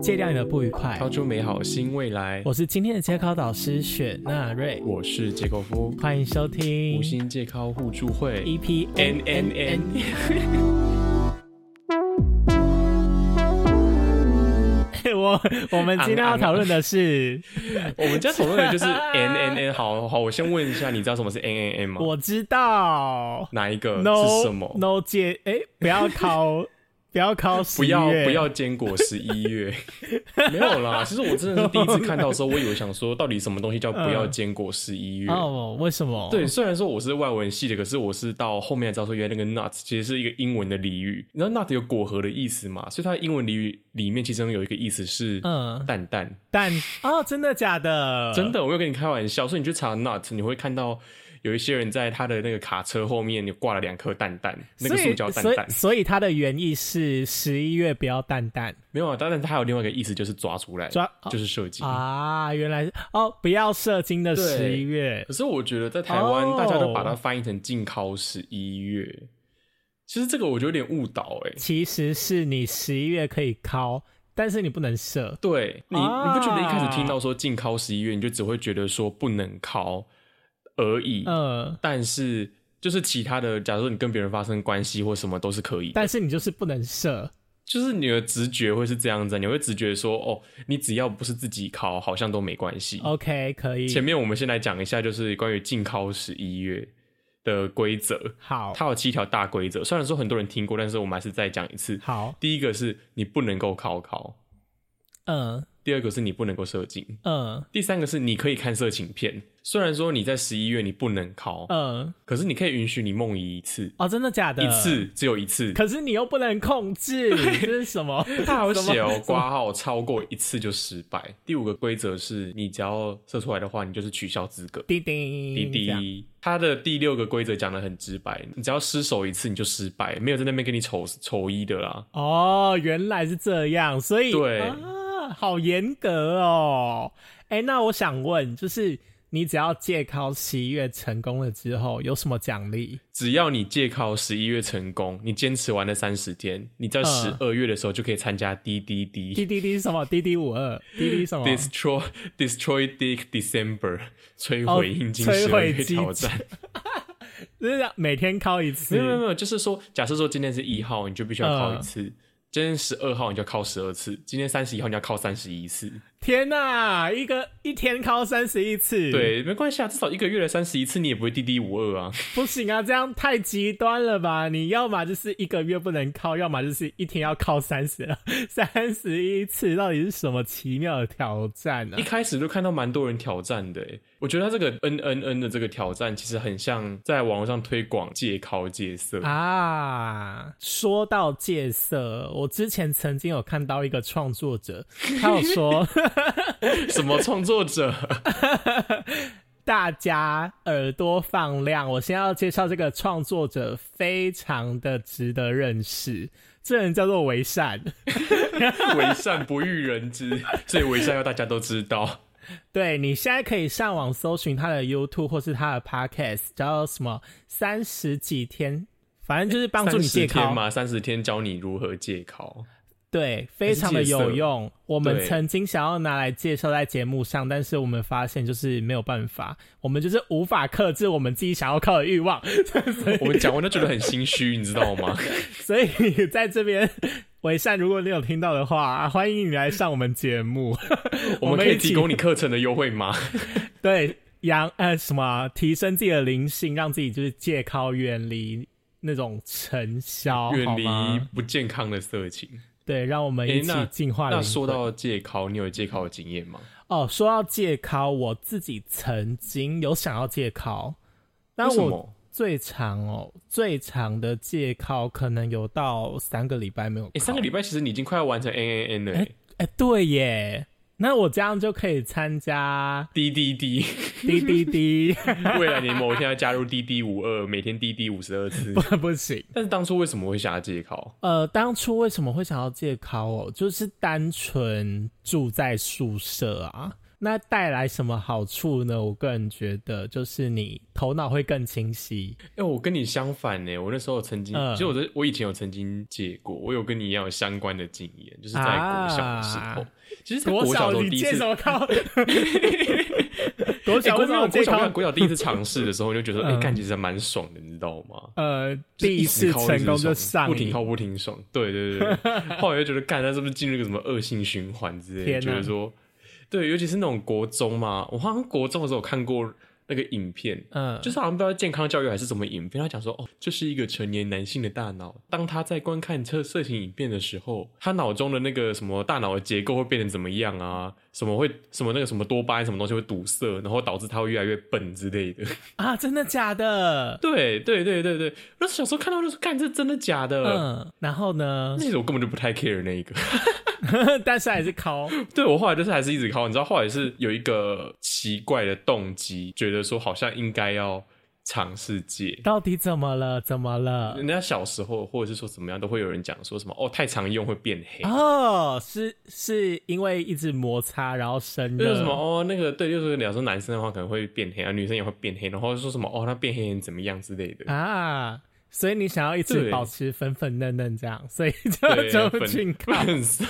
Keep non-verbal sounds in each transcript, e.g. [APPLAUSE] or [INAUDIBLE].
戒掉你的不愉快。掏出美好新未来。我是今天的监考导师雪纳瑞，我是结构夫，欢迎收听 E 五星健康互助会。 EP N N N， [LAUGHS] 我我们今天要讨论的是，我们今天讨论 [LAUGHS] 的就是 N N N。好好，我先问一下，你知道什么是 N N N 吗？我知道哪一个呃是，no 什么？ no 戒，哎，不要考，不要考， [LAUGHS] 不要不要，坚果十一月， [LAUGHS] 没有啦。其实我真的是第一次看到的时候，我以为想说，到底什么东西叫不要坚 [LAUGHS] 果十一月？哦，为什么？对，，虽然说我是外文系的，可是我是到后面才知道说，原来那个 nut 其实是一个英文的俚语。你知道 nut 有果核的意思嘛？所以它的英文俚语里面其中有一个意思是嗯，蛋蛋，但哦，真的假的？真的，我没有跟你开玩笑。所以你去查 nut，你会看到有一些人在他的那个卡车后面挂了两颗蛋蛋，那个所以塑胶蛋所蛋以。所以它的原意是十一月不要蛋蛋没有啊，当然它还有另外一个意思就是抓出来，抓哦就是射精。啊，原来是哦，不要射精的嗯对十一月可是我觉得在台湾，大家都把它哦翻译成禁考十一月。其实这个我觉得有点误导哎、其实是你十一月可以敲，但是你不能射。对你，你不觉得一开始听啊到说禁考十一月，你就只会觉得说不能考而已？呃，但是就是其他的，假如说你跟别人发生关系或什么都是可以的，但是你就是不能射。就是你的直觉会是这样子，你会直觉说哦，你只要不是自己考，好像都没关系。 OK，可以。前面我们先来讲一下，就是关于禁考十一月的规则，好，它有七条大规则。虽然说很多人听过，但是我们还是再讲一次。好，第一个是你不能够考考，嗯第二个是你不能够射精，嗯第三个是你可以看色情片，虽然说你在十一月你不能考，嗯，可是你可以允许你梦遗一次，哦，真的假的？一。次只有一次。可是你又不能控 [LAUGHS] 制，这是什么？他还有写 [LAUGHS] 什哦么，挂号超过一次就失败。第五个规则是你只要射出来的话，你就是取消资格。滴滴滴嗯这样滴，他的第六个规则讲的很直白，你只要失手一次你就失败，没有在那边跟你丑丑一的啦。哦，原来是这样，所以对啊，好严格哦。哎、那我想问，就是你只要借考十一月成功了之后，有什么奖励？只要你戒考十一月成功，你坚持完了三十天，你在十嗯二月的时候就可以参加滴滴滴滴滴滴是什么？滴滴五二，滴滴什么？ Destroy Destroy Dick December 摧哦毁阴茎摧十二毁月机挑制战。就是每天考一次没有没有没有，就是说，假设说今天是一号，你就必须要靠一次；嗯今天十二号，你就要靠十二次；今天三十一号，你要靠三十一次。天呐，一个一天考三十一次，，对，没关系啊，至少一个月的三十一次，你也不会滴滴五 [LAUGHS] 二啊。不行啊，这样太极端了吧？你要么就是一个月不能考，要么就是一天要考三十 [LAUGHS] 三十一次，到底是什么奇妙的挑战啊呢、一开始就看到蛮多人挑战的、欸，我觉得他这个 N N N 的这个挑战，其实很像在网络上推广戒考 [LAUGHS] 戒色。啊？啊，说到戒色，我之前曾经有看到一个创作 [LAUGHS] 者，他有说 [LAUGHS] 什么创作者？ [LAUGHS] 大家耳朵放亮，我先要介绍这个创作者，非常的值得认识。这人叫做为善，为善不欲人知，所以为善要大家都知道。对你现在可以上网搜寻他的 YouTube 或是他的 Podcast，叫什么三十几天，反正就是帮助你戒30天考。嘛，三十天教你如何戒考。对，非常的有用。我们对曾经想要拿来介绍在节目上，但是我们发现就是没有办法，我们就是无法克制我们自己想要靠的欲望，我们讲完都觉得很心虚，你知道吗？所以 [LAUGHS] 在这边。为善，如果你有听到的话，欢迎你来上我们节目。 [LAUGHS] 我们可以提供你课程的优惠吗？对，养呃什么啊提升自己的灵性，让自己就是戒靠远离那种尘嚣，远好离吗？不健康的色情。对，让我们一诶起那进化灵那魂。说到戒考，你有戒考的经验吗？哦，说到戒靠，我自己曾经有想要戒靠，但为什我么？最长哦，最长的戒靠可能有到三个礼拜没有。哎，三个礼拜其实你已经快要完成 N N N 了欸。哎，对耶，那我这样就可以参 [LAUGHS] 加滴滴滴，滴滴滴， [LAUGHS] 未来你某一天要加入滴滴五二，每天滴滴五十二 [LAUGHS] 次。不不行。但是当初为什么会想要戒考？呃，当初为什么会想要戒考哦？就是单纯住在宿舍啊。那带来什么好处呢？我个人觉得就是你头脑会更清晰。哎、我跟你相反呢，我那时候曾经，嗯其实我在我以前有曾经借过，我有跟你一样有相关的经验，就是在国小的时候，啊其实在国小小的时候你第一借次什。么 [LAUGHS] 靠？国哎、小国为什么小要国借小靠？国小第一次尝试的时候，我就觉得，哎、嗯干其实还蛮爽的，你知道吗？呃，就是第一次直靠成功直就爽上不停瘾靠不停爽，对对对 [LAUGHS] 对。后来就觉得，干他是不是进入一个什么恶性循环之类的？天觉哪得说，对，尤其是那种国中嘛，我好像国中的时候有看过那个影片，嗯，就是好像不知道健康教育还是什么影片，他讲说哦，这是一个成年男性的大脑，当他在观看色色情影片的时候，他脑中的那个什么大脑的结构会变成怎么样啊？什么会什么那个什么多巴胺什么东西会堵塞，然后导致他会越来越笨之类的。啊，真的假的？对对对对对，我小时候看到就说，干这真的假的？嗯，然后 [LAUGHS] 呢？那时候我根本就不太 care 那一个， [LAUGHS] 但是还是考，对我后来就是还是一直考，你知道后来是有一个奇怪的动机，觉得说好像应该要尝试戒，到底怎么了？怎么了？人家小时候或者是说怎么样，都会有人讲说什么哦，太常用会变黑，哦，是是因为一直摩擦，然后生就是热什么哦，那个对，就是聊说男生的话可能会变黑啊，女生也会变黑，然后说什么哦，那变黑人怎么样之类的。啊，所以你想要一直对保持粉粉嫩嫩 [LAUGHS] 这样，所以 [LAUGHS] 对，就就去粉 [LAUGHS] 考。粉色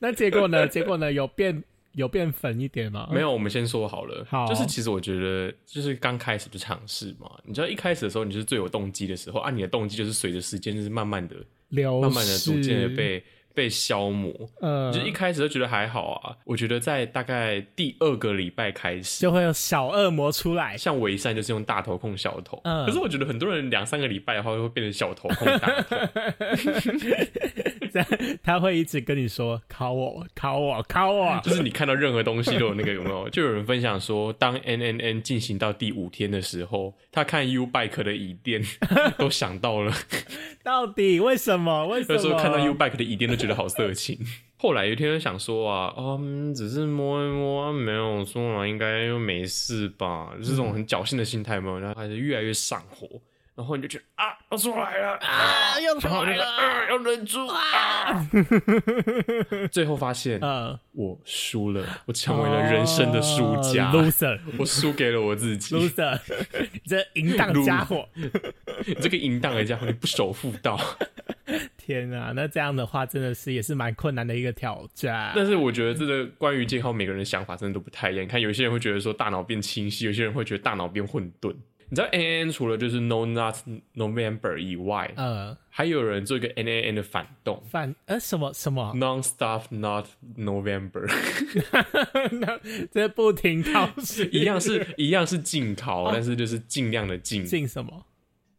那结果呢？结果呢？有变有变粉一点吗？没有，我们先说好了。嗯好就是其实我觉得，就是刚开始就尝试嘛。你知道一开始的时候，你就是最有动机的时候啊，你的动机就是随着时间，就是慢慢的、流慢慢的、失逐渐的被被消磨。呃就是一开始就觉得还好啊，我觉得在大概第二个礼拜开始，就会有小恶魔出来。 [LAUGHS] 像伪善就是用大头控小头，嗯可是我觉得很多人两三个礼拜的话会变成小头控大头，这样他会一直跟你说考我，考我，考我。就是你看到任何东西都有那个有没有？就有人分享说，当 N N N 进行到第五天的时候，他看 U Bike 的椅垫都想到 [LAUGHS] 了，到底为什么？为什那么？啊时候看到 U Bike 的椅垫都觉得好色情。后来有一天就想说啊，嗯，只是摸一摸，没有说啊，应该又没事吧，就是这种很侥幸的心态有没有？然后还是越来越上火，然后你就觉得啊，要出来了啊。啊，又出然后我就来说了。啊，要忍住啊！ [LAUGHS] 最后发现呃，我输了，我成为了人生的输家，哦，loser，loser，我输给了我自己。啊 [LAUGHS] 你这淫荡家伙！你这个淫荡的家伙，你不守妇道。 [LAUGHS] 天啊，那这样的话真的是也是蛮困难的一个挑战。但是我觉得这个关于健康，每个人的想法真的都不太一样。你看，有些人会觉得说大脑变清晰，有些人会觉得大脑变混沌。你知道 N N 除了就是 No Nuts November 以外，呃，还有人做一个 N N N 的反动反呃什么什么， [LAUGHS] Non Stop Not November。 [LAUGHS] 那这不停考 [LAUGHS] 试一样是一样是禁考，但是就是尽量的尽进什么？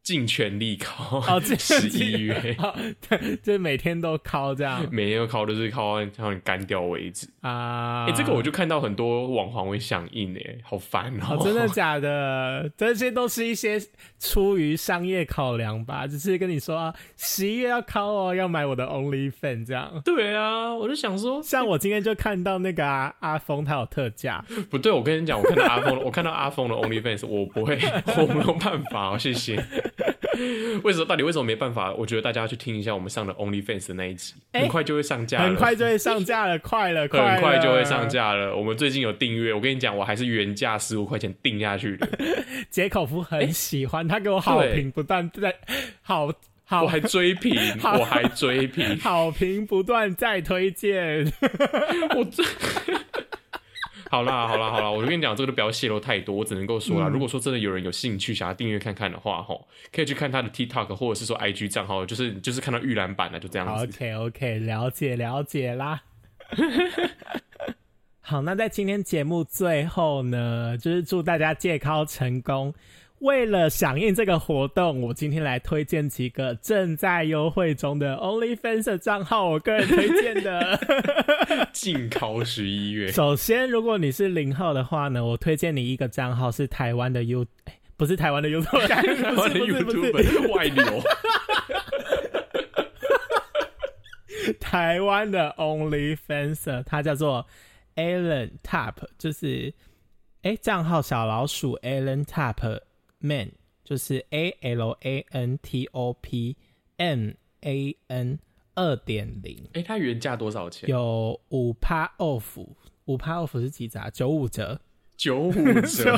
尽全力考。哦，这十一月 [LAUGHS] 哦，对，就是每天都考这样每天考都是考到你干掉为止。啊。哎、这个我就看到很多网黄会响应，哎，好烦哦、哦，真的假的？这些都是一些出于商业考量吧，只是跟你说啊，十一月要考哦，要买我的 Only Fan 这样。[LAUGHS] [LAUGHS] 对啊，我就想说，像我今天就看到那个、啊、阿峰他有特价，不对，我跟你讲，我看到阿峰的，我看到阿峰的 OnlyFans，我不会， [LAUGHS] 我没有办法、哦，谢谢。为什么？到底为什么没办法？我觉得大家要去听一下我们上的 OnlyFans 的那一集，哎很快就会上架了，很快就会上架了，快了，快了， [LAUGHS] 很快就会上。架了。我们最近有订阅，我跟你讲，我还是原价十五块钱订下去的。杰口夫很喜欢，他给我好对评不断在，好好哎我还追评，好我还追评，好评不断在推荐。我追。 [LAUGHS] 好啦，好啦，好啦，我就跟你讲，这个都不要泄露太多，我只能够说啦。嗯如果说真的有人有兴趣想要订阅看看的话，吼，可以去看他的 TikTok 或者是说 IG 账号，就是就是看到预览版了，就这样子。 OK OK，了解了解啦。 [LAUGHS] 好，那在今天节目最后呢，就是祝大家戒考成功。为了响应这个活动，我今天来推荐几个正在优惠中的 OnlyFans 的账号，我个人推荐的。 [LAUGHS] 静考十一 [LAUGHS] 月，首先，如果你是零号的话呢，我推荐你一个账号是台湾的 U，哎不是台湾的 YouTube， [LAUGHS] 台湾的不是不是 YouTube 外流，台湾的 OnlyFans，它叫做 Alan Top，就是哎账号小老鼠 Alan Top Man，就是 A L A N T O P M A N 二点零，哎、它原价多少钱？有五趴 off，五趴 off 是几折啊？九五折，九五 [LAUGHS] 折。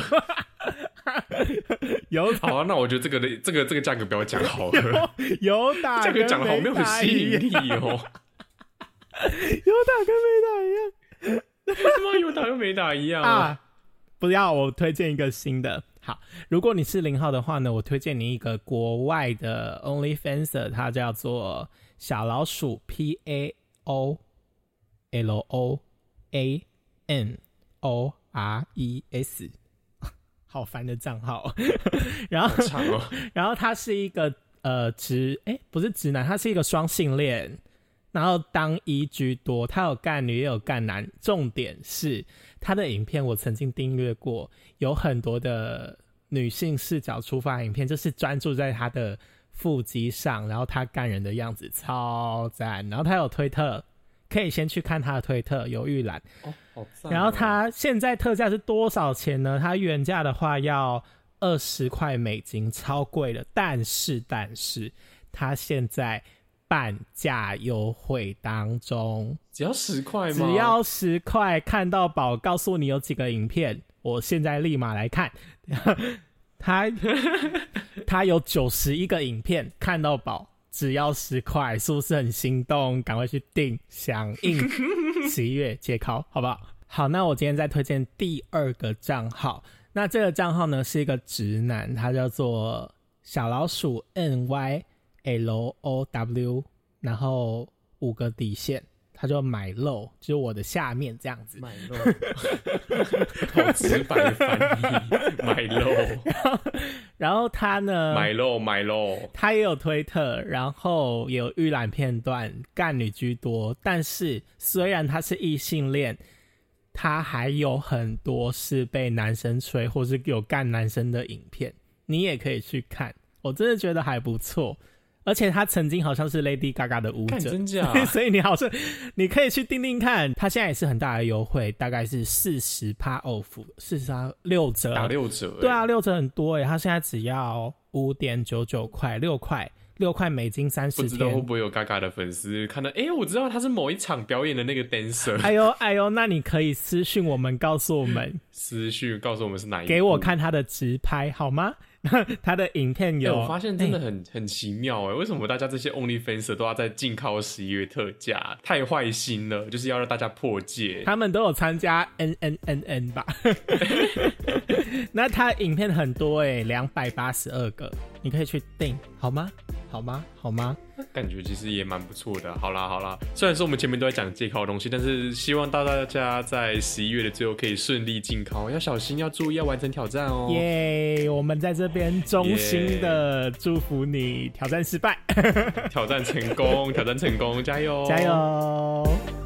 有打好啊，那我觉得这个的这个这个价格不要讲 [LAUGHS] 好了，有打价跟格讲的好没有打吸一引样，力哦。 [LAUGHS] 有打跟没打一样。他妈有打又没打一样啊！啊，不要，我推荐一个新的。好，如果你是零号的话呢，我推荐你一个国外的 OnlyFans，它叫做小老鼠 P A O L O A N O R E S，好烦的账号。 [LAUGHS] 然后，长哦，然后他是一个呃直哎、不是直男，他是一个双性恋，然后当一居多，他有干女也有干男。重点是他的影片我曾经订阅过，有很多的女性视角出发影片，就是专注在他的腹肌上，然后他干人的样子超赞。然后他有推特，可以先去看他的推特，有预览。哦好赞哦然后它现在特价是多少钱呢？它原价的话要二十块美金，超贵了。但是但是，它现在半价优惠当中，只要十块吗？只要十块，看到宝告诉你有几个影片，我现在立马来看。 [LAUGHS] 它 [LAUGHS] 它有九十一个影片，看到宝只要十块，是不是很心动？赶快去订，响应十一月揭考，好不好？好，那我今天再推荐第二个账号。那这个账号呢是一个直男，他叫做小老鼠 N Y L O W，然后五个底线，他就买漏，就是我的下面这样子。买肉， [LAUGHS] 好直白的翻译，买肉，然后他呢，买肉，买肉。他也有推特，然后也有预览片段，干女居多。但是虽然他是异性恋，他还有很多是被男生吹或是有干男生的影片，你也可以去看。我真的觉得还不错，而且他曾经好像是 Lady Gaga 的舞看者，真假？ [LAUGHS] 所以你好像你可以去订订看，它现在也是很大的优惠，大概是四十趴 off，四十趴六折， [LAUGHS] 打六折、欸，对啊，，六折很多耶，它现在只要五点九九块，六块六块美金三欸不十知道会天。不会有嘎嘎的粉丝看到？哎、我知道他是某一场表演的那个 dancer，、哎呦哎呦，那你可以私信我 [LAUGHS] 们，告诉我嗯们，私讯告诉我们是哪一部给我。看他的直拍好吗？ [LAUGHS] 他的影片哎、有，我发现真的很、很奇妙哎、为什么大家这些 OnlyFans 都要在近靠十一月特价？太坏心了，就是要让大家破戒。他们都有参加 N N N N 吧？ [LAUGHS] 那他影片很多哎、两百八十二个，你可以去订好吗？好吗？好吗？感觉其实也蛮不错的。好啦好啦，虽然说我们前面都在讲戒靠的东西，但是希望大大家在十一月的最后可以顺利禁靠，要小心，要注意，要完成挑战哦。耶、我们在这边衷心的祝福哦 [LAUGHS] 你挑战失败，挑战成功，挑战成功，加油，加油！